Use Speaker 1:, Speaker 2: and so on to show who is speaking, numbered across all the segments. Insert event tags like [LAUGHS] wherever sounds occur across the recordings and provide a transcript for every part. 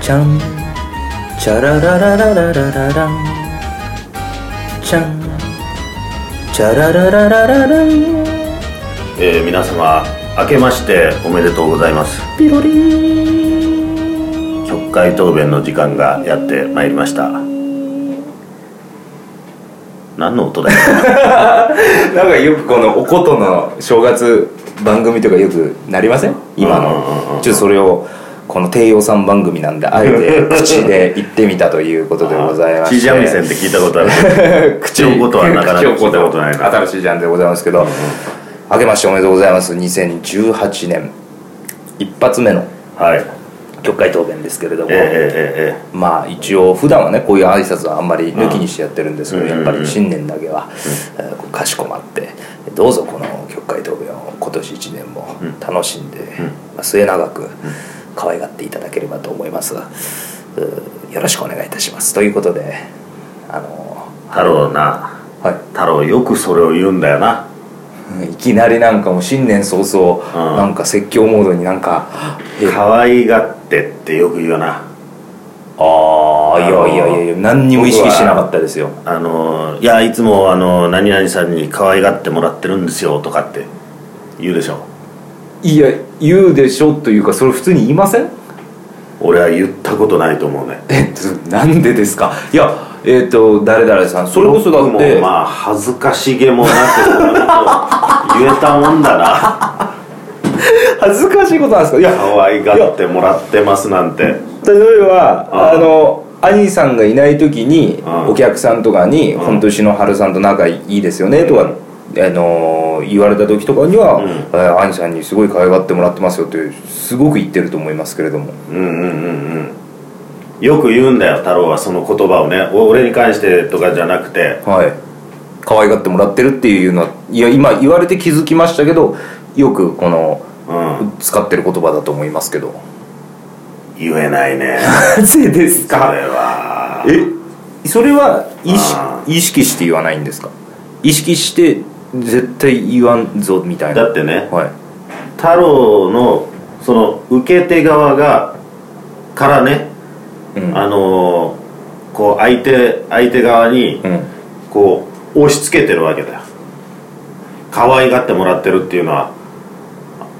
Speaker 1: ちゃんチャラララララララランちゃんチャララララララン
Speaker 2: えー皆様明けましておめでとうございます
Speaker 1: ピロリン
Speaker 2: 曲解答弁の時間がやってまいりました何の音だよ
Speaker 3: なんかよくこのおことの正月番組とかよくなりません今
Speaker 2: うんうんう
Speaker 3: の
Speaker 2: ん
Speaker 3: ちょっとそれをこの低予算番組なんであえて口で言ってみたということでございまして
Speaker 2: チジャミセンって聞いたことある
Speaker 3: 口
Speaker 2: おことはなかなか聞いたことないな
Speaker 3: 新しいジャンルでございますけど、明けましておめでとうございます2018年一発目の
Speaker 2: はい
Speaker 3: 曲会答弁ですけれども、
Speaker 2: えー、え
Speaker 3: まあ一応普段はねこういう挨拶はあんまり抜きにしてやってるんですけど、
Speaker 2: うん
Speaker 3: やっぱり新年だけは、えーこうかしこまってどうぞこの曲会答弁を今年1年も楽しんで、まあ末永く可愛がっていただければと思います、うーよろしくお願いいたしますということであの
Speaker 2: えー、太郎な
Speaker 3: は、
Speaker 2: 太郎よくそれを言うんだよない
Speaker 3: いきなりなんかもう新年早々、
Speaker 2: うん
Speaker 3: なんか説教モードになんか「え
Speaker 2: 可愛がってってよく言うよな
Speaker 3: ああいやいやいやいや何にも意識してなかったですよ
Speaker 2: あのーいやいつもあのー何々さんに可愛がってもらってるんですよとかって言うでしょ
Speaker 3: いや言うでしょというかそれ普通に言いません
Speaker 2: 俺は言ったことないと思うね
Speaker 3: えっとなんでですかいやえっと誰々さんそれこそだっ
Speaker 2: 僕も
Speaker 3: て
Speaker 2: まあ恥ずかしげもなく言えたもんだ
Speaker 3: [LAUGHS]
Speaker 2: な
Speaker 3: 恥ずかしいことなんですかいや
Speaker 2: 可愛がってもらってますなんて
Speaker 3: 例え
Speaker 2: あ
Speaker 3: ばあの兄さんがいない時に
Speaker 2: あ
Speaker 3: お客さんとかに「
Speaker 2: ん
Speaker 3: 本当篠原さんと仲いいですよね」とか、あのー言われた時とかには、
Speaker 2: うん
Speaker 3: えー兄さんにすごい可愛がってもらってますよ」ってすごく言ってると思いますけれども
Speaker 2: うんうんうんうんよく言うんだよ太郎はその言葉をねお俺に関してとかじゃなくて
Speaker 3: はい可愛がってもらってるっていうのはいや今言われて気づきましたけどよくこの
Speaker 2: うん
Speaker 3: 使ってる言葉だと思います
Speaker 2: [LAUGHS]
Speaker 3: けど
Speaker 2: 言えない
Speaker 3: [LAUGHS]
Speaker 2: ね
Speaker 3: なぜです
Speaker 2: それは
Speaker 3: えそれは意
Speaker 2: あ
Speaker 3: 識意識して言わないんですか意識して絶対言わんぞみたいな
Speaker 2: [LAUGHS] だってね
Speaker 3: はい
Speaker 2: 太郎のその受け手側がからね、
Speaker 3: うん
Speaker 2: あのーこう相手相手側に
Speaker 3: うん
Speaker 2: こう押し付けてるわけだよ可愛がってもらってるっていうのは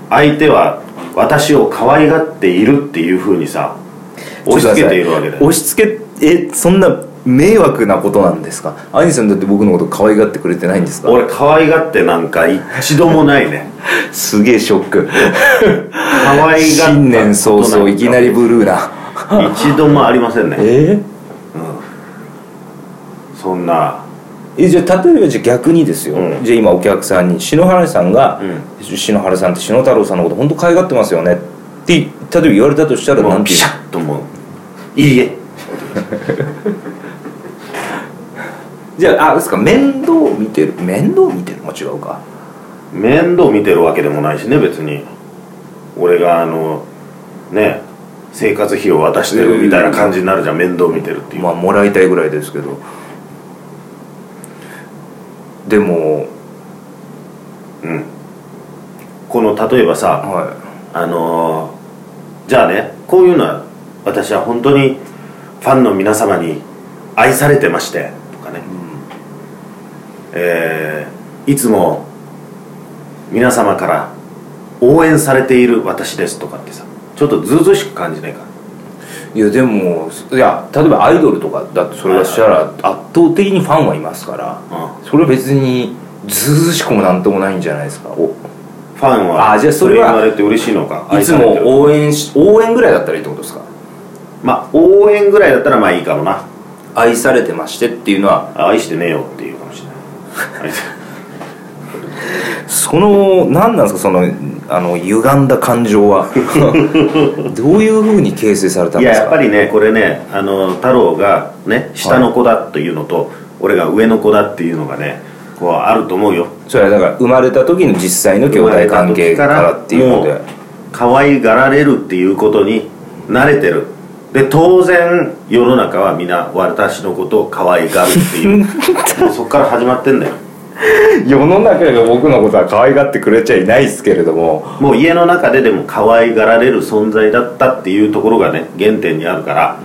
Speaker 2: 相手は私を可愛がっているっていうふうにさ押し付けているわけだよ
Speaker 3: 押し付けえそんな迷惑なことなんですか兄さんだって僕のこと可愛がってくれてないんですか
Speaker 2: 俺可愛がってなんか一度もないね
Speaker 3: すげえショック
Speaker 2: 可愛がった
Speaker 3: 新年早々いきなりブルーな
Speaker 2: 一度もありませんね
Speaker 3: え
Speaker 2: そんな
Speaker 3: えじゃあ例えばじゃあ逆にですよ、
Speaker 2: うん
Speaker 3: じゃあ今お客さんに篠原さんが
Speaker 2: う
Speaker 3: 篠原さんって篠太郎さんのこと本当可愛がってますよね」って例えば言われたとしたら
Speaker 2: も
Speaker 3: な
Speaker 2: うん
Speaker 3: て
Speaker 2: ピ
Speaker 3: 言う
Speaker 2: シャッともう「いいえ
Speaker 3: じゃああですか面倒を見てる面倒を見てるも違うか
Speaker 2: 面倒見てるわけでもないしね別に俺があのね生活費を渡してるみたいな感じになるじゃん面倒見てるっていう
Speaker 3: まあもらいたいぐらいですけどでも
Speaker 2: うんこの例えばさ
Speaker 3: は
Speaker 2: あのーじゃあねこういうのは私は本当にファンの皆様に愛されてましてとかね、えーいつも皆様から応援されている私ですとかってさちょっとずうずうしく感じないか
Speaker 3: いいやでもいや例えばアイドルとかだってそれがしたら圧倒的にファンはいますから
Speaker 2: う
Speaker 3: それは別にずうずうしくもなんともないんじゃないですかお
Speaker 2: ファンは
Speaker 3: あじゃあそれは
Speaker 2: 言われて嬉しいのか
Speaker 3: いつ
Speaker 2: 愛されてる
Speaker 3: も応援し応援ぐらいだったらいいってことですか
Speaker 2: まあ応援ぐらいだったらまあいいかもな
Speaker 3: 愛されてましてっていうのは
Speaker 2: 愛してねえよっていうかもしれない愛
Speaker 3: [LAUGHS]
Speaker 2: して
Speaker 3: その何なんですかそのあの歪んだ感情 [LAUGHS] はどういうふうに形成されたん
Speaker 2: い
Speaker 3: で
Speaker 2: や
Speaker 3: すか
Speaker 2: やっぱりねこれねあの太郎がね下の子だというのと、俺が上の子だっていうのがねこうあると思うよ
Speaker 3: それはだから生まれた時の実際の兄弟関係からっていうの
Speaker 2: も
Speaker 3: で
Speaker 2: 可愛がられるっていうことに慣れてるで当然世
Speaker 3: [LAUGHS]
Speaker 2: の中は皆私のことを可愛がるっていうもうそこから始まってんだよ
Speaker 3: 世の中が僕のことは可愛がってくれちゃいないですけれども
Speaker 2: もう家の中ででも可愛がられる存在だったっていうところがね原点にあるから、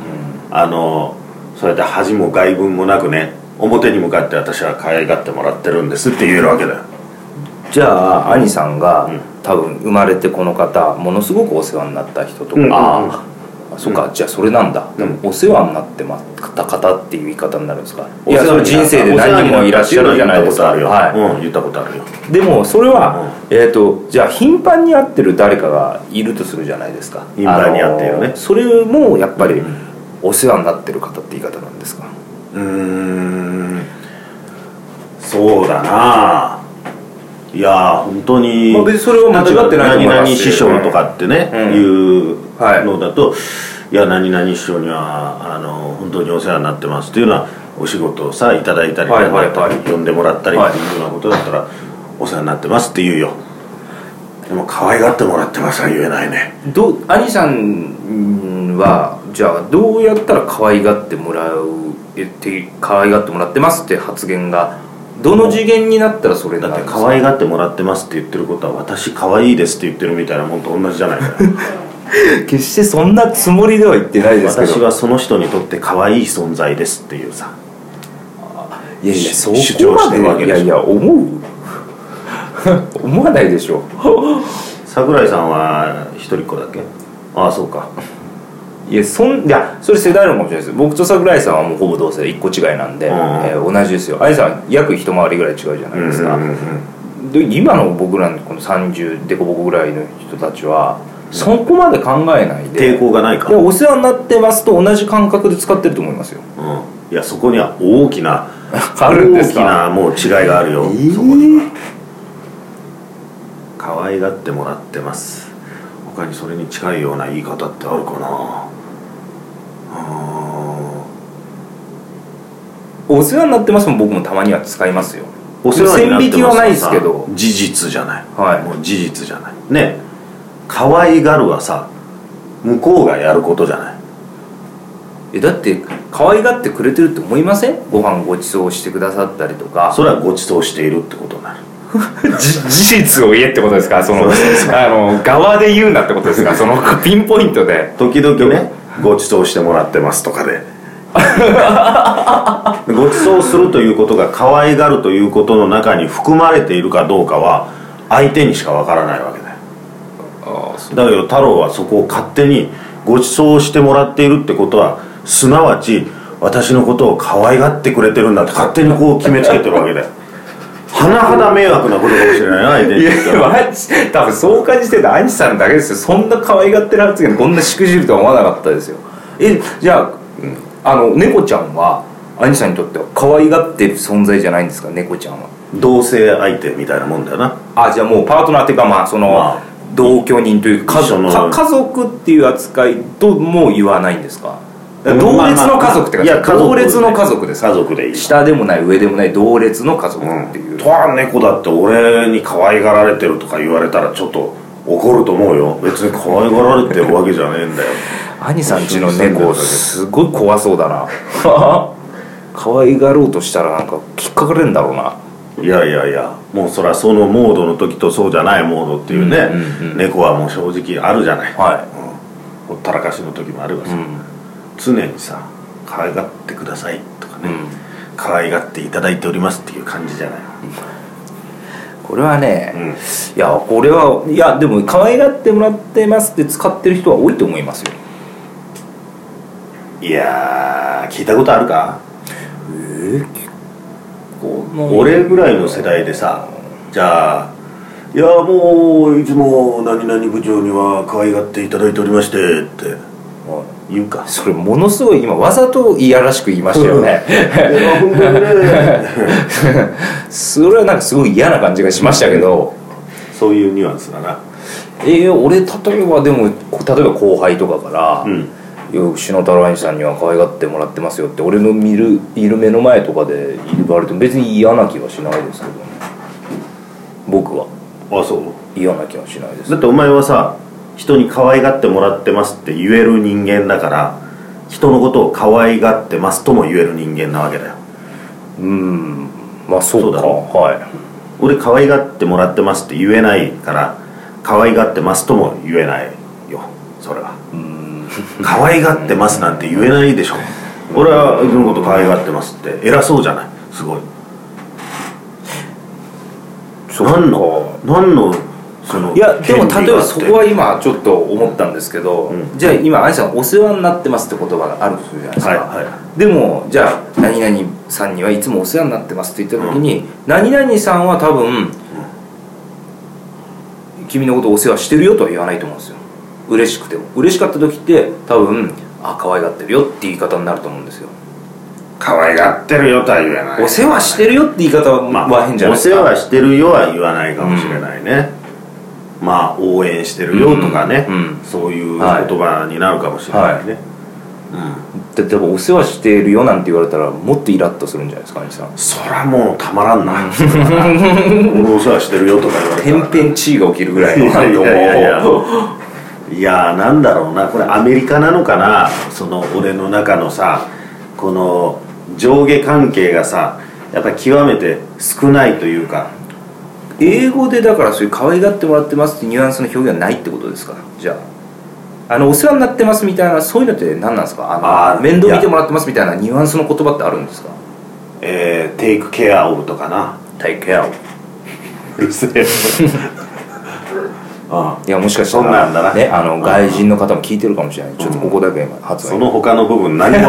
Speaker 2: あのそうやって恥も外分もなくね表に向かって私は可愛がってもらってるんですって言えるわけだよ
Speaker 3: じゃあ兄さんが、
Speaker 2: ん
Speaker 3: 多分生まれてこの方ものすごくお世話になった人とか、
Speaker 2: うんうんうん
Speaker 3: ああそっか、じゃあそれなんだ、
Speaker 2: うん
Speaker 3: お世話になってまった方っていう言い方になるんですかい
Speaker 2: お世
Speaker 3: や
Speaker 2: 話に
Speaker 3: そ
Speaker 2: な
Speaker 3: の
Speaker 2: った
Speaker 3: 人生で何人もいらっしゃるじゃないですか
Speaker 2: お世話になったって
Speaker 3: は
Speaker 2: いうのは言ったことあるよ、
Speaker 3: い、でもそれは、えー、とじゃあ頻繁に会ってる誰かがいるとするじゃないですか
Speaker 2: 頻繁に会ってるよね
Speaker 3: あのそれもやっぱり、お世話になってる方って言い方なんですか
Speaker 2: うんうーんそうだないやー本当に、
Speaker 3: まあ別にそれは間違ってないと思います
Speaker 2: 何々師匠とかってね、
Speaker 3: うん
Speaker 2: いう
Speaker 3: はい
Speaker 2: のだと、い、や何々師匠にはあの本当にお世話になってますっていうのはお仕事をさいただいたり、
Speaker 3: はいはいはい
Speaker 2: なんだったり呼んでもらったりっていうようなことだったら、お世話になってますって言うよでも可愛がってもらってますは言えないね
Speaker 3: どう兄さんはじゃあどうやったら可愛がってもらうえって可愛がってもらってますって発言がどの次元になったらそれに
Speaker 2: だ
Speaker 3: な
Speaker 2: っ
Speaker 3: る
Speaker 2: て
Speaker 3: んです
Speaker 2: 可
Speaker 3: か
Speaker 2: 愛がってもらってますって言ってることは私可愛いですって言ってるみたいなもんと同じじゃないか
Speaker 3: 決してそんなつもりでは言ってないですけど
Speaker 2: 私はその人にとって可愛い存在ですっていうさ
Speaker 3: いやいやそこ
Speaker 2: 主張し
Speaker 3: ま
Speaker 2: て
Speaker 3: で
Speaker 2: るわけ
Speaker 3: い
Speaker 2: でし
Speaker 3: や
Speaker 2: ょ
Speaker 3: いや思う思わないでしょ
Speaker 2: 桜井さんは一人っ子だっけああそうか
Speaker 3: いやそんいやそれ世代あるかもしれないです僕と桜井さんはもうほぼ同世代1個違いなんで、
Speaker 2: うん
Speaker 3: えー同じですよ愛さん約一回りぐらい違うじゃないですか、で今の僕らのこの30でこぼこぐらいの人たちはそこまで考えないで
Speaker 2: 抵抗がないか
Speaker 3: いやお世話になってますと同じ感覚で使ってると思いますよ
Speaker 2: うん、いやそこには大きな
Speaker 3: [LAUGHS] あるんですか
Speaker 2: 大きなもう違いがあるよ、
Speaker 3: えー
Speaker 2: そこには可愛がってもらってます他にそれに近いような言い方ってあるかなあ
Speaker 3: お世話になってますも僕もたまには使いますよ
Speaker 2: ーお世話になってます
Speaker 3: 線引きはないですけど
Speaker 2: はさ事実じゃない、
Speaker 3: はい
Speaker 2: もう事実じゃないね可愛がるはさ向こうがやることじゃない
Speaker 3: えだって可愛がってくれてるって思いませんご飯ごちそうしてくださったりとか
Speaker 2: それはご馳走しているってことになる
Speaker 3: じ [LAUGHS] 事実を言えってことですかそのあの側で言うなってことですかそのピンポイントで
Speaker 2: 時々ねご馳走してもらってますとか [LAUGHS] でご馳走するということが可愛がるということの中に含まれているかどうかは相手にしかわからないわけだよだけど太郎はそこを勝手にご馳走してもらっているってことはすなわち私のことを可愛がってくれてるんだって勝手にこう決めつけてるわけだよ甚だ迷惑なことかもしれないな相手に
Speaker 3: い
Speaker 2: と
Speaker 3: や
Speaker 2: っては
Speaker 3: マジ多分そう感じてた兄さんだけですよそんな可愛がってる発言こんなしくじるとは思わなかったですよえじゃあうんあの猫ちゃんは兄さんにとっては可愛がってる存在じゃないんですか猫ちゃんは
Speaker 2: 同性相手みたいなもんだよな
Speaker 3: あじゃあもうパートナーっていうかまあその、
Speaker 2: まあ
Speaker 3: 同居人というか家
Speaker 2: 一緒
Speaker 3: 族
Speaker 2: の
Speaker 3: か家族っていう扱いともう言わないんですか同
Speaker 2: うん
Speaker 3: 列
Speaker 2: まあまあ
Speaker 3: の家族って感じ
Speaker 2: いや家族
Speaker 3: 同列の家族ですか
Speaker 2: 家族でいい
Speaker 3: 下でもない上でもない同列の家族っていう、
Speaker 2: とは猫だって俺に可愛がられてるとか言われたらちょっと怒ると思うよ別に可愛がられてるわけじゃねえんだよ
Speaker 3: 兄さんちの猫すごい怖そうだな [LAUGHS] 可愛がろうとしたらなんか引っかかれんだろうない
Speaker 2: やいやいやもうそりゃそのモードの時とそうじゃないモードっていうね、
Speaker 3: うんうんうん
Speaker 2: 猫はもう正直あるじゃない、
Speaker 3: は
Speaker 2: ほったらかしの時もあるわ
Speaker 3: い
Speaker 2: さ、常にさ可愛がってくださいとかね、
Speaker 3: うん
Speaker 2: 可愛がっていただいておりますっていう感じじゃない、
Speaker 3: これはね、
Speaker 2: うん
Speaker 3: いやこれはいやでも可愛がってもらってますって使ってる人は多いと思いますよ
Speaker 2: いやー聞いたことあるか
Speaker 3: こ
Speaker 2: 俺ぐらいの世代でさじゃあ「いやもういつも何々部長には可愛がっていただいておりまして」って言うか
Speaker 3: それものすごい今わざといやらしく言いましたよね
Speaker 2: い
Speaker 3: [LAUGHS]
Speaker 2: や本当にね
Speaker 3: それはなんかすごい嫌な感じがしましたけど、
Speaker 2: そういうニュアンスだな
Speaker 3: えー俺例えばでもこ例えば後輩とかから、
Speaker 2: うん
Speaker 3: よく篠太郎兄さんには可愛がってもらってますよって俺の見るいる目の前とかで言われても別に嫌な気はしないですけどね僕は
Speaker 2: あそう
Speaker 3: 嫌な気はしないです
Speaker 2: だってお前はさ人に可愛がってもらってますって言える人間だから人のことを可愛がってますとも言える人間なわけだよ
Speaker 3: うーんまあそう
Speaker 2: そ
Speaker 3: か
Speaker 2: うだろ
Speaker 3: はい
Speaker 2: 俺可愛がってもらってますって言えないから可愛がってますとも言えないよそれは可愛がってますなんて言えないでしょ俺は自分のこと可愛がってますって偉そうじゃないすごい何の何のその
Speaker 3: いやでも
Speaker 2: 権
Speaker 3: 例
Speaker 2: 利が
Speaker 3: え
Speaker 2: あ
Speaker 3: ば
Speaker 2: って
Speaker 3: そこは今ちょっと思ったんですけど、
Speaker 2: うん
Speaker 3: じゃあ今愛さん「お世話になってます」って言葉があるじゃないですか、
Speaker 2: はいは
Speaker 3: でもじゃあ「何々さんにはいつもお世話になってます」って言った時に、何々さんは多分、君のことをお世話してるよとは言わないと思うんですよ嬉しくても嬉しかった時って多分「あ可愛がってるよ」って言い方になると思うんですよ、
Speaker 2: 可愛がってるよとは言えない
Speaker 3: お世話してるよって言い方は
Speaker 2: まあ、
Speaker 3: まあ変じゃな
Speaker 2: お
Speaker 3: いです
Speaker 2: 世
Speaker 3: か、
Speaker 2: 話してるよは言わないかもしれないね、まあ応援してるよとかね、
Speaker 3: うんうん
Speaker 2: そういう言葉になるかもしれないね、うん
Speaker 3: だって多分お世話してるよなんて言われたらもっとイラッとするんじゃないですか兄さん
Speaker 2: そらもうたまらんな [LAUGHS] 俺お世話してるよとか言われたら
Speaker 3: [LAUGHS] 天変地異が起きるぐらい
Speaker 2: い
Speaker 3: の
Speaker 2: やいやいや
Speaker 3: あの
Speaker 2: いやーなんだろうなこれアメリカなのかなその俺の中のさこの上下関係がさやっぱ極めて少ないというか
Speaker 3: 英語でだからそういう可愛がってもらってますってニュアンスの表現はないってことですかじゃああのお世話になってますみたいなそういうのって何なんですかあの
Speaker 2: あー
Speaker 3: 面倒見てもらってますみたいなニュアンスの言葉ってあるんですか
Speaker 2: えー、テイクケアオブとかな
Speaker 3: Take care
Speaker 2: [LAUGHS] うるせ
Speaker 3: [LAUGHS]
Speaker 2: えああ
Speaker 3: いやもしかしたら
Speaker 2: そんなんだな
Speaker 3: ね、あの外人の方も聞いてるかもしれないちょっとここだけ今発
Speaker 2: そ
Speaker 3: 音
Speaker 2: の他の部分何
Speaker 3: [LAUGHS]
Speaker 2: も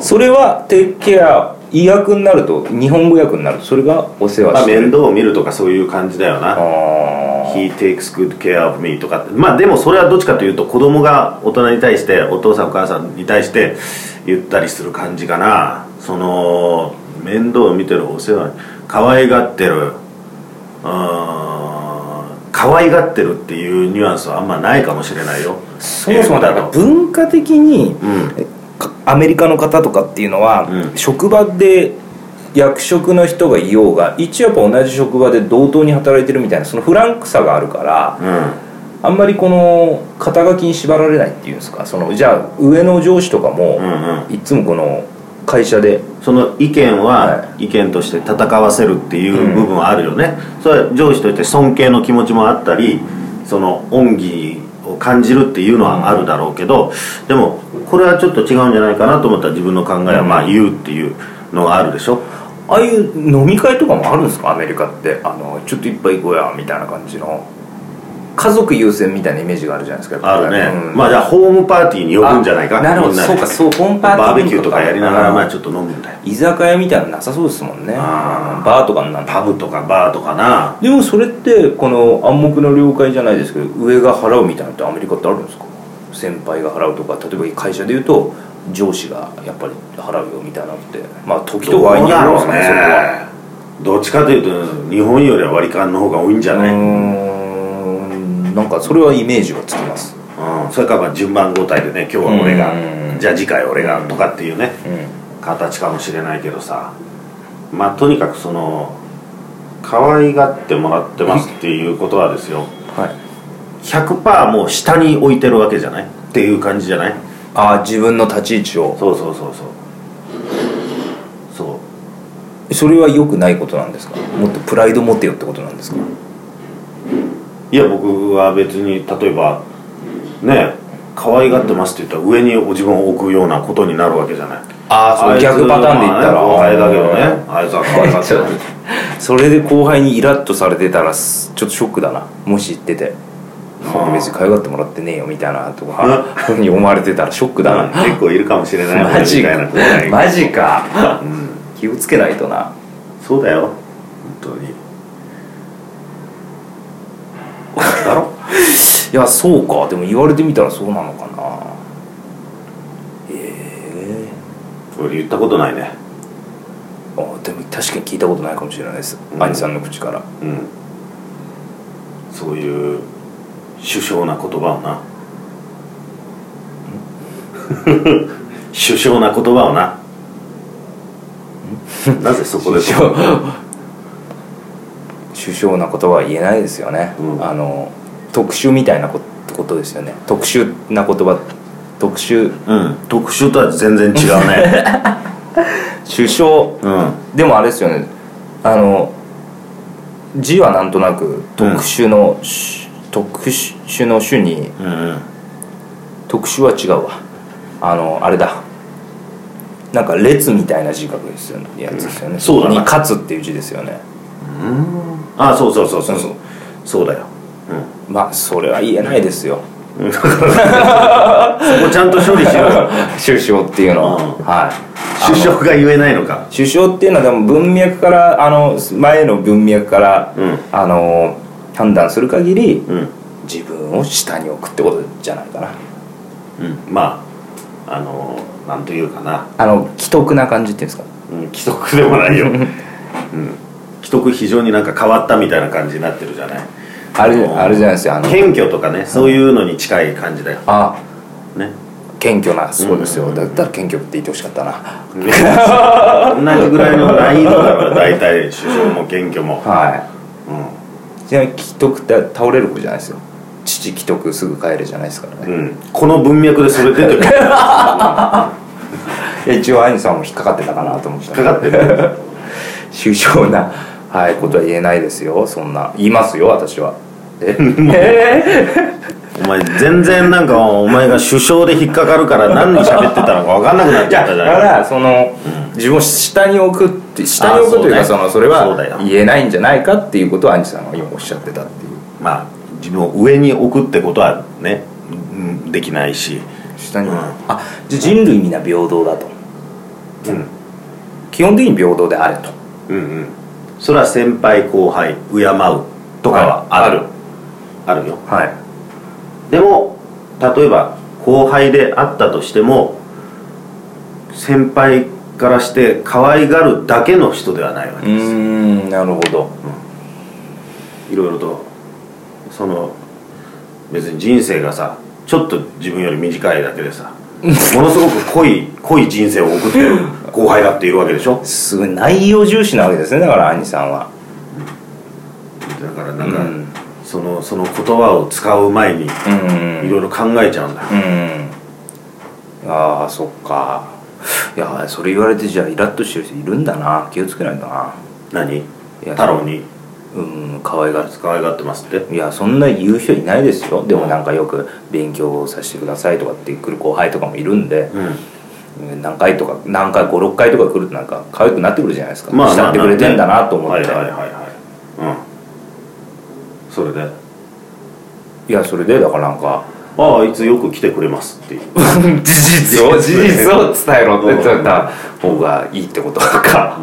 Speaker 3: それは Take care 意訳になると日本語訳になるとそれがお世話
Speaker 2: まあ
Speaker 3: してる
Speaker 2: 面倒を見るとかそういう感じだよな
Speaker 3: あ
Speaker 2: He takes good care of me とかってまあでもそれはどっちかというと子供が大人に対してお父さんお母さんに対して言ったりする感じかなその面倒を見てるお世話可愛がってるうーん可愛がってるっていうニュアンスはあんまないかもしれないよ
Speaker 3: ーそもそもだか
Speaker 2: 英
Speaker 3: ら
Speaker 2: 語と
Speaker 3: 文化的に
Speaker 2: うん
Speaker 3: かアメリカの方とかっていうのは、
Speaker 2: うん
Speaker 3: 職場で役職の人がいようが一応やっぱ同じ職場で同等に働いてるみたいなそのフランクさがあるから
Speaker 2: うん
Speaker 3: あんまりこの肩書きに縛られないっていうんですかそのじゃあ上の上司とかも、
Speaker 2: うんうん
Speaker 3: いつもこの会社で
Speaker 2: その意見は意見として戦わせるっていう部分はあるよね、それは上司として尊敬の気持ちもあったりその恩義を感じるっていうのはあるだろうけど、でもこれはちょっと違うんじゃないかなと思ったら自分の考えはまあ言うっていうのがあるでしょ、
Speaker 3: ああいう飲み会とかもあるんですかアメリカってあのちょっと一杯行こうやみたいな感じの家族優先みたいなイメージがあるじゃないですか
Speaker 2: あるね、
Speaker 3: うん
Speaker 2: まあじゃあホームパーティーに呼ぶんじゃないか
Speaker 3: あなるほど
Speaker 2: みんな
Speaker 3: そ
Speaker 2: で
Speaker 3: うかそうホームパーティー
Speaker 2: バーベキューとかやりながら
Speaker 3: うん
Speaker 2: まあちょっと飲むんだよ
Speaker 3: 居酒屋みたいなのなさそうですもんね
Speaker 2: あ
Speaker 3: バーとかになる
Speaker 2: パブとかバーとかな
Speaker 3: でもそれってこの暗黙の了解じゃないですけど上が払うみたいなのってアメリカってあるんですか先輩が払うとか例えば会社でいうと上司がやっぱり払うよみたいなのってまあ時と場合によるんですかねそれは
Speaker 2: どっちかというと日本よりは割り勘の方が多いんじゃ
Speaker 3: う
Speaker 2: ない、
Speaker 3: ーんなんかそれはイメージがつきます
Speaker 2: うん、それからまあ順番交代でね今日は俺が
Speaker 3: うん
Speaker 2: じゃあ次回俺がとかっていうね
Speaker 3: うん
Speaker 2: 形かもしれないけどさまあとにかくその可愛がってもらってますっていうことはですよ
Speaker 3: はい
Speaker 2: 100%もう下に置いてるわけじゃないっていう感じじゃない
Speaker 3: ああ自分の立ち位置を
Speaker 2: そうそうそうそうそう
Speaker 3: それは良くないことなんですかもっとプライド持てよってことなんですか
Speaker 2: いや僕は別に例えばね可愛がってますって言ったら上にお自分を置くようなことになるわけじゃない
Speaker 3: ああそう
Speaker 2: いつ
Speaker 3: 逆パターンで言ったら
Speaker 2: まあね後輩だけどねあいつは可愛がってます
Speaker 3: それで後輩にイラッとされてたらすちょっとショックだなもし言ってて
Speaker 2: はあ
Speaker 3: 別に可愛がってもらってねえよみたいなと
Speaker 2: うん
Speaker 3: かふうに思われてたらショックだな
Speaker 2: 結構いるかもしれない
Speaker 3: [LAUGHS] マジ
Speaker 2: 俺
Speaker 3: か
Speaker 2: みたいな子が
Speaker 3: マジか気をつけないとな
Speaker 2: そうだよ本当にだろ
Speaker 3: いやそうかでも言われてみたらそうなのかなえ
Speaker 2: 俺言ったことないね
Speaker 3: えあでも確かに聞いたことないかもしれないです、
Speaker 2: うん
Speaker 3: 兄さんの口から
Speaker 2: うんそういう首相な言葉をな [LAUGHS] 首相な言葉をななぜそこで
Speaker 3: 首相首相な言葉は言えないですよね、
Speaker 2: うん
Speaker 3: あの特殊みたいなこことですよね特殊な言葉特殊 [LAUGHS]
Speaker 2: うん特殊とは全然違うね
Speaker 3: 首相
Speaker 2: うん
Speaker 3: でもあれですよねあの字はなんとなく特殊の、し特殊の種に
Speaker 2: うんうん
Speaker 3: 特殊は違うわあのあれだなんか列みたいな字書くですよねやつですよね、
Speaker 2: んそうだな
Speaker 3: に勝つっていう字ですよね
Speaker 2: あそうそうそうそう
Speaker 3: そう
Speaker 2: そうだよ、
Speaker 3: まあそれは言えないです
Speaker 2: [LAUGHS]
Speaker 3: よ
Speaker 2: うん、そこちゃんと処理しろ
Speaker 3: [LAUGHS]
Speaker 2: よ
Speaker 3: 首相っていうのは、
Speaker 2: うん
Speaker 3: はい
Speaker 2: 首相が言えないのか
Speaker 3: 首相っていうのはでも文脈からあの前の文脈から、
Speaker 2: うん
Speaker 3: あの判断する限り、
Speaker 2: うん
Speaker 3: 自分を下に置くってことじゃないかな
Speaker 2: うんまああのなんというかな、
Speaker 3: あの既得な感じっていうんですか
Speaker 2: うん、規則でもない
Speaker 3: [LAUGHS]
Speaker 2: よ、うん、規則非常になんか変わったみたいな感じになってるじゃない
Speaker 3: あれ
Speaker 2: の
Speaker 3: あれじゃないですよあの
Speaker 2: 謙虚とかねそういうのに近い感じだよ
Speaker 3: あ [LAUGHS]
Speaker 2: ね
Speaker 3: 謙虚なそうです
Speaker 2: うん
Speaker 3: よ
Speaker 2: うんうんう
Speaker 3: だ
Speaker 2: ん
Speaker 3: ったら謙虚って言ってほしかったな
Speaker 2: 同じぐらいの難易度だから大体首相も謙虚も、
Speaker 3: は
Speaker 2: うん
Speaker 3: いちなみに既得って倒れる子じゃないですよ父既得すぐ帰るじゃないですからね、
Speaker 2: うん、この文脈でそれ出てくる引っ
Speaker 3: いや一応アインさんも引っかかってたかなと思った
Speaker 2: かかってる
Speaker 3: [LAUGHS] 首相な、はい、ことは言えないですよそんな言いますよ私はえ
Speaker 2: お前全然なんかお前が首相で引っかかるから何に喋ってたのか分かんなくなっ
Speaker 3: い
Speaker 2: ちゃ
Speaker 3: や
Speaker 2: ったじ
Speaker 3: だ
Speaker 2: ゃ
Speaker 3: か
Speaker 2: ない
Speaker 3: らその、自分を下に置くって下に置くというか
Speaker 2: あ
Speaker 3: そ
Speaker 2: そうね
Speaker 3: のそれ
Speaker 2: そうだ
Speaker 3: は
Speaker 2: よ
Speaker 3: 言えないんじゃないかっていうことをアンジさんが今おっしゃってたっていう
Speaker 2: まあ自分を上に置くってことはね、うんできないし
Speaker 3: 下に、
Speaker 2: うん
Speaker 3: あじゃあ人類皆平等だと
Speaker 2: うん
Speaker 3: 基本的に平等であれと
Speaker 2: うんうんそれは先輩後輩敬うとかはある、
Speaker 3: はい
Speaker 2: あるよ
Speaker 3: はい
Speaker 2: でも例えば後輩であったとしても先輩からして可愛がるだけの人ではないわ
Speaker 3: う
Speaker 2: けです、
Speaker 3: ーんなるほど
Speaker 2: いろいろとその別に人生がさちょっと自分より短いだけでさものすごく濃い濃い人生を送って
Speaker 3: [LAUGHS]
Speaker 2: る後輩だっているわけでしょ
Speaker 3: すごい内容重視なわけですねだからアンジさんは
Speaker 2: だからなんか、
Speaker 3: うん
Speaker 2: そのその言葉を使う前にい
Speaker 3: うん
Speaker 2: ろいろ考えちゃうんだ、
Speaker 3: うんああそっかいやそれ言われてじゃあイラッとしてる人いるんだな気をつけないとな
Speaker 2: 何
Speaker 3: いや
Speaker 2: 太郎に
Speaker 3: うん可愛がる
Speaker 2: 可愛がってますって
Speaker 3: いやそんな言う人いないですよでもなんかよく「勉強させてください」とかって来る後輩とかもいるんで、
Speaker 2: う
Speaker 3: うん何回とか何回56回とか来るとなんか可愛くなってくるじゃないですか、
Speaker 2: まあ
Speaker 3: 慕ってくれてんだなと思っ
Speaker 2: は
Speaker 3: て、
Speaker 2: いはいはいはいうんそれで
Speaker 3: いやそれでだからなんか [LAUGHS]
Speaker 2: 「ああいつよく来てくれます」っていう
Speaker 3: 事実を事実を伝えろって言ってた方がいいってことか、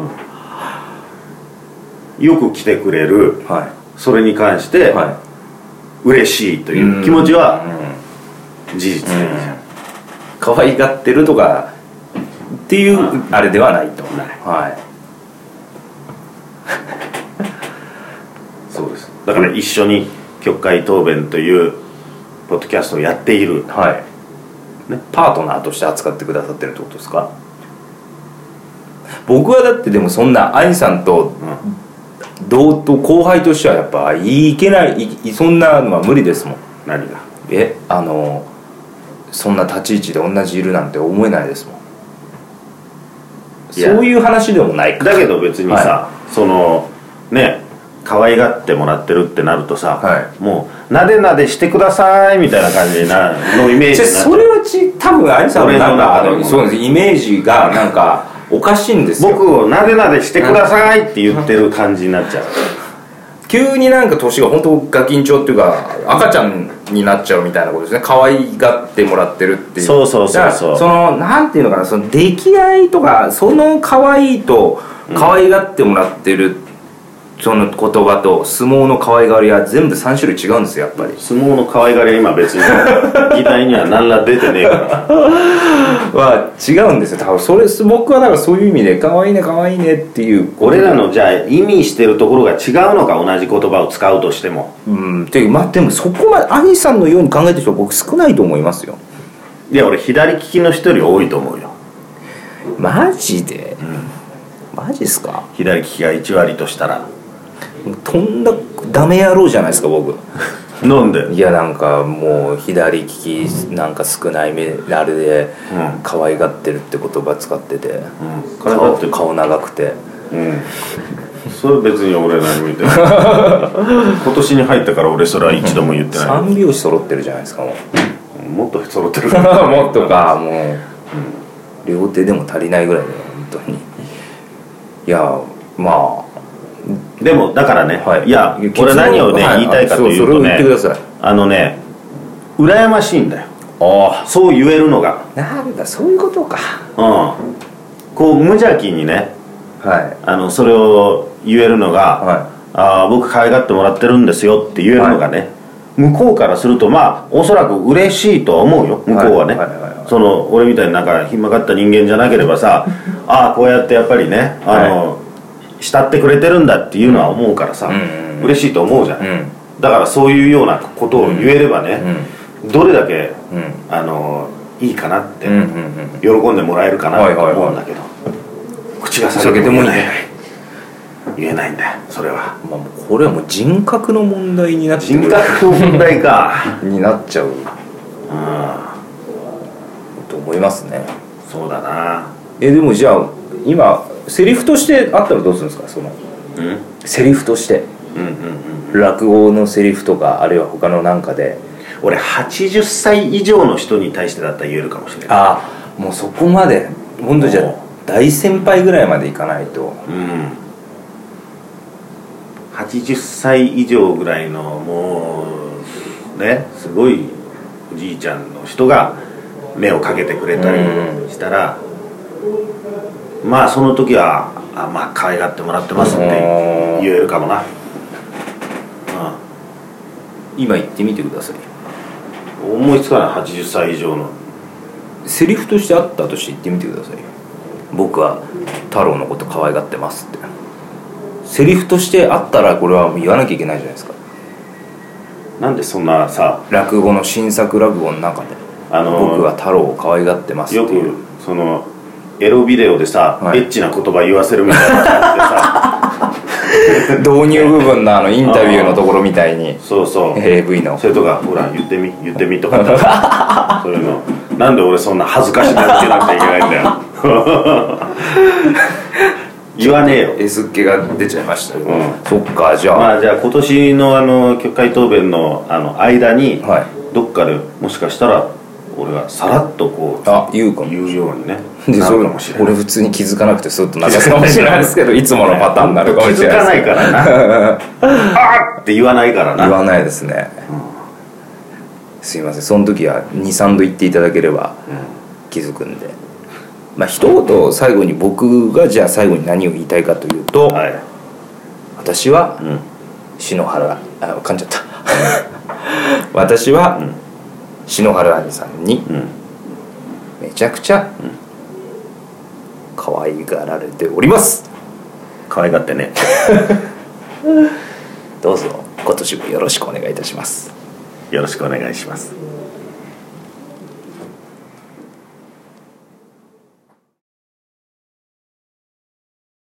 Speaker 2: 「よく来てくれる
Speaker 3: は」
Speaker 2: それに関し
Speaker 3: い
Speaker 2: て
Speaker 3: は
Speaker 2: 嬉しいと
Speaker 3: い
Speaker 2: いう気持ちは
Speaker 3: うん
Speaker 2: 事実でいいじゃん
Speaker 3: 可愛がってるとかっていうあれではないと、
Speaker 2: ない
Speaker 3: は
Speaker 2: そうですだから一緒に曲会答弁というポッドキャストをやっている
Speaker 3: い、はいね、パートナーとして扱ってくださってるってことですか僕はだってでもそんな兄さんと同等後輩としてはやっぱいけないいいそんなのは無理ですもん
Speaker 2: 何が
Speaker 3: えあのそんな立ち位置で同じいるなんて思えないですもん
Speaker 2: いや
Speaker 3: そういう話でもないか
Speaker 2: だけど別にさ
Speaker 3: は
Speaker 2: そのね可愛がってもらってるってなるとさ、
Speaker 3: は
Speaker 2: もうなでなでしてくださいみたいな感じなのイメージになっち
Speaker 3: じゃあ
Speaker 2: ゃう
Speaker 3: それはち多分アニさんのなんか
Speaker 2: 俺の中
Speaker 3: あ
Speaker 2: で
Speaker 3: の
Speaker 2: も
Speaker 3: そうですイメージがなんかおかしいんですよ
Speaker 2: 僕をなでなでしてくださいって言ってる感じになっちゃ
Speaker 3: [LAUGHS]
Speaker 2: う
Speaker 3: 急になんか年が本当ガキンチョっていうか赤ちゃんになっちゃうみたいなことですね可愛がってもらってるっていう
Speaker 2: そうそうそうそう
Speaker 3: だからそのなんていうのかなその出来合いとかその可愛いと可愛がってもらってる、その言葉と相撲の可愛がりは全部3種類違うんですよやっぱり
Speaker 2: 相撲の可愛がりは今別に [LAUGHS] 議題には何ら出てねえから
Speaker 3: は違うんですよ多分それ僕はだからそういう意味で可愛いね可愛いねっていう
Speaker 2: 俺らのじゃあ意味してるところが違うのか同じ言葉を使うとしても
Speaker 3: うんっていうまあでもそこまで兄さんのように考えてる人は僕少ないと思いますよ
Speaker 2: いや俺左利きの人より多いと思うよ
Speaker 3: マジで、マジっすか
Speaker 2: 左利きが1割としたら
Speaker 3: もうとんだダメ野郎じゃないですか僕
Speaker 2: なんで
Speaker 3: いやなんかもう左利きなんか少ない目あれで
Speaker 2: うん
Speaker 3: 可愛がってるって言葉使ってて、
Speaker 2: うん可愛が
Speaker 3: 顔
Speaker 2: ってる
Speaker 3: 顔長くて
Speaker 2: うんそれ別に俺何も言ってない [LAUGHS] 今年に入ったから俺それは一度も言ってない
Speaker 3: 三拍子揃ってるじゃないです
Speaker 2: [LAUGHS]
Speaker 3: かもう
Speaker 2: もっと揃ってる
Speaker 3: もっとかもう、両手でも足りないぐらいだよ本当にいやま
Speaker 2: でもだからね、、
Speaker 3: あ、はい
Speaker 2: や
Speaker 3: 結論
Speaker 2: 俺何をね、
Speaker 3: は
Speaker 2: 言いたいかというとね
Speaker 3: あそうそれを言ってください
Speaker 2: あのね羨ましいんだよ
Speaker 3: あ
Speaker 2: そう言えるのが
Speaker 3: あなんだそういうことか
Speaker 2: うんこう無邪気にね
Speaker 3: はい
Speaker 2: あのそれを言えるのが、
Speaker 3: は
Speaker 2: あー僕可愛がってもらってるんですよって言えるのがね、向こうからするとまあおそらく嬉しいとは思うよ向こうはね、
Speaker 3: はいはいはいはい
Speaker 2: その俺みたいになんかひん曲がった人間じゃなければさああこうやってやっぱりねあの、慕ってくれてるんだっていうのは思うからさ、
Speaker 3: んうんうん
Speaker 2: 嬉しいと思うじゃん、
Speaker 3: いうん
Speaker 2: だからそういうようなことを言えればね、どれだけ
Speaker 3: うんうん
Speaker 2: あのいいかなって、
Speaker 3: うんうんうん
Speaker 2: 喜んでもらえるかな
Speaker 3: はい
Speaker 2: と
Speaker 3: はいはい
Speaker 2: 思うんだけど、口が裂けても言えない言えないんだよそれは
Speaker 3: まあ、もうこれはもう人格の問題になってく
Speaker 2: 人
Speaker 3: る
Speaker 2: 格の問題か
Speaker 3: になっちゃう
Speaker 2: うん
Speaker 3: と思いますね
Speaker 2: そうだな
Speaker 3: えでもじゃあ今セリフとしてあったらどうするんですかその
Speaker 2: うんうん
Speaker 3: セリフとして
Speaker 2: うんうん
Speaker 3: 落語のセリフとかあるいは他のなんかで
Speaker 2: 俺80歳以上の人に対してだったら言えるかもしれない
Speaker 3: ああもうそこまで今度じゃ
Speaker 2: おう
Speaker 3: あ大先輩ぐらいまでいかないと
Speaker 2: うん80歳以上ぐらいのもうねすごいおじいちゃんの人が目をかけてくれたり
Speaker 3: う
Speaker 2: したら、まあその時は「あまあ可愛がってもらってます」って言えるかもな、
Speaker 3: 今言ってみてください
Speaker 2: うん、思いつかない80歳以上の
Speaker 3: セリフとしてあったとして言ってみてくださいよ僕は太郎のこと可愛がってますってセリフとしてあったらこれはもう言わなきゃいけないじゃないですか
Speaker 2: なんでそんなさ
Speaker 3: 落語の新作落語の中で
Speaker 2: あの
Speaker 3: 僕は太郎を可愛がってます
Speaker 2: よ
Speaker 3: っていう
Speaker 2: くそのエロビデオでさ、
Speaker 3: はい
Speaker 2: エッチな言葉言わせるみたいな感じで
Speaker 3: [LAUGHS]
Speaker 2: さ
Speaker 3: 導入部分のあのインタビューのところみたいに
Speaker 2: そうそう
Speaker 3: AV の
Speaker 2: それとかほら言ってみ言ってみとかそういうのなんで俺そんな恥ずかしがってなくちゃいけないんだよ言わねえよ
Speaker 3: S っ気が出ちゃいましたよ、
Speaker 2: ん
Speaker 3: そっかじゃあ、
Speaker 2: まあじゃあ今年のあの曲解答弁のあの間に、
Speaker 3: はい
Speaker 2: どっかでもしかしたら俺がさらっとこう
Speaker 3: あ言うかも
Speaker 2: 言うようにね
Speaker 3: で
Speaker 2: な
Speaker 3: そ
Speaker 2: る
Speaker 3: れ
Speaker 2: かもしれない
Speaker 3: 俺普通に気づかなくてスッと流すかもしれないです [LAUGHS] けどいつものパターンになるかもしれないです
Speaker 2: 気づかないからな
Speaker 3: [LAUGHS]
Speaker 2: あーって言わないから
Speaker 3: 言
Speaker 2: な
Speaker 3: わないですね、すいませんその時は23度言っていただければ気づくんで、まあ一言最後に僕がじゃあ最後に何を言いたいかというと、
Speaker 2: はい
Speaker 3: 私は
Speaker 2: うん
Speaker 3: 篠原あ噛んじゃった [LAUGHS] 私は篠原兄さんに
Speaker 2: うん
Speaker 3: めちゃくちゃ可愛がられております
Speaker 2: 可愛がってね
Speaker 3: どうぞ今年もよろしくお願いいたします
Speaker 2: よろしくお願いします